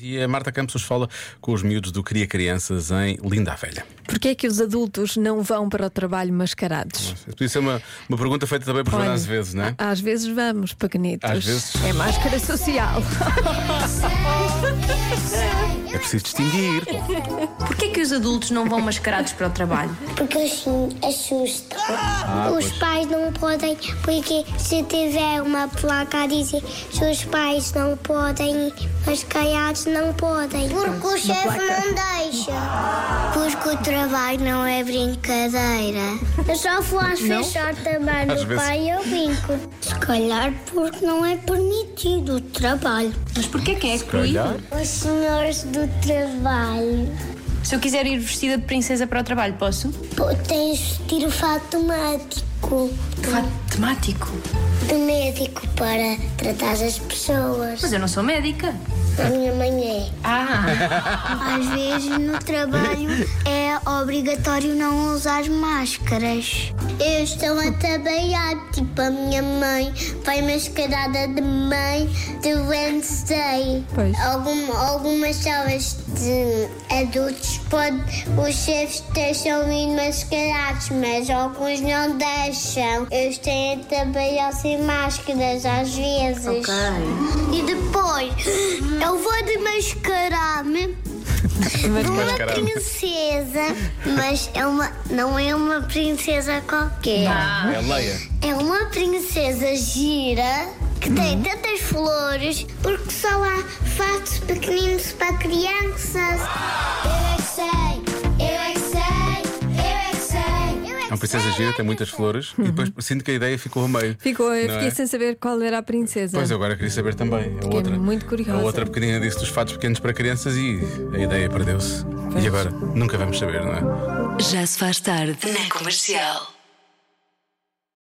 E a Marta Campos nos fala com os miúdos do Cria Crianças em Linda a Velha. Porquê é que os adultos não vão para o trabalho mascarados? Isso é uma, uma pergunta feita também por Joana às vezes, não é? a- Às vezes vamos, pequenitos. Às vezes. É máscara social. É preciso distinguir. Porquê que os adultos não vão mascarados para o trabalho? Porque assim assusta. Ah, Os pais não podem, porque se tiver uma placa a dizer que os pais não podem, mas caiados não podem. Porque o chefe não deixa. Porque o trabalho não é brincadeira. Eu só vou às fechar também Às do vezes. pai eu brinco. Se calhar porque não é permitido o trabalho. Mas porquê que é Calhar. proibido? Os senhores do trabalho Se eu quiser ir vestida de princesa para o trabalho, posso? têm vestir o fato mágico. Fato temático. de médico para tratar as pessoas. Mas eu não sou médica. A minha mãe é. Ah, Às vezes no trabalho é obrigatório não usar máscaras. Eu estou a trabalhar, tipo a minha mãe vai mascarada de mãe de Wednesday. Pois. Algum- algumas salas de adultos pode, os chefes deixam ir mascarados, mas alguns não deixam. Eles têm a trabalhar sem máscaras às vezes. E depois eu vou de mascarar-me uma Mascarada. princesa, mas é uma, não é uma princesa qualquer. É Leia. É uma princesa gira que Uhum. tem tantas flores porque só há fatos pequeninos para crianças. Eu é que sei, eu é que sei, eu é que sei. É uma Ah, princesa gira, tem muitas flores e depois sinto que a ideia ficou a meio. Uhum. Ficou, eu Não fiquei é? sem saber qual era a princesa. Pois agora queria saber também. A outra. muito curiosa. A outra pequenina disse dos fatos pequenos para crianças e a ideia perdeu-se. E agora? Nunca vamos saber, não é? Já se faz tarde na comercial.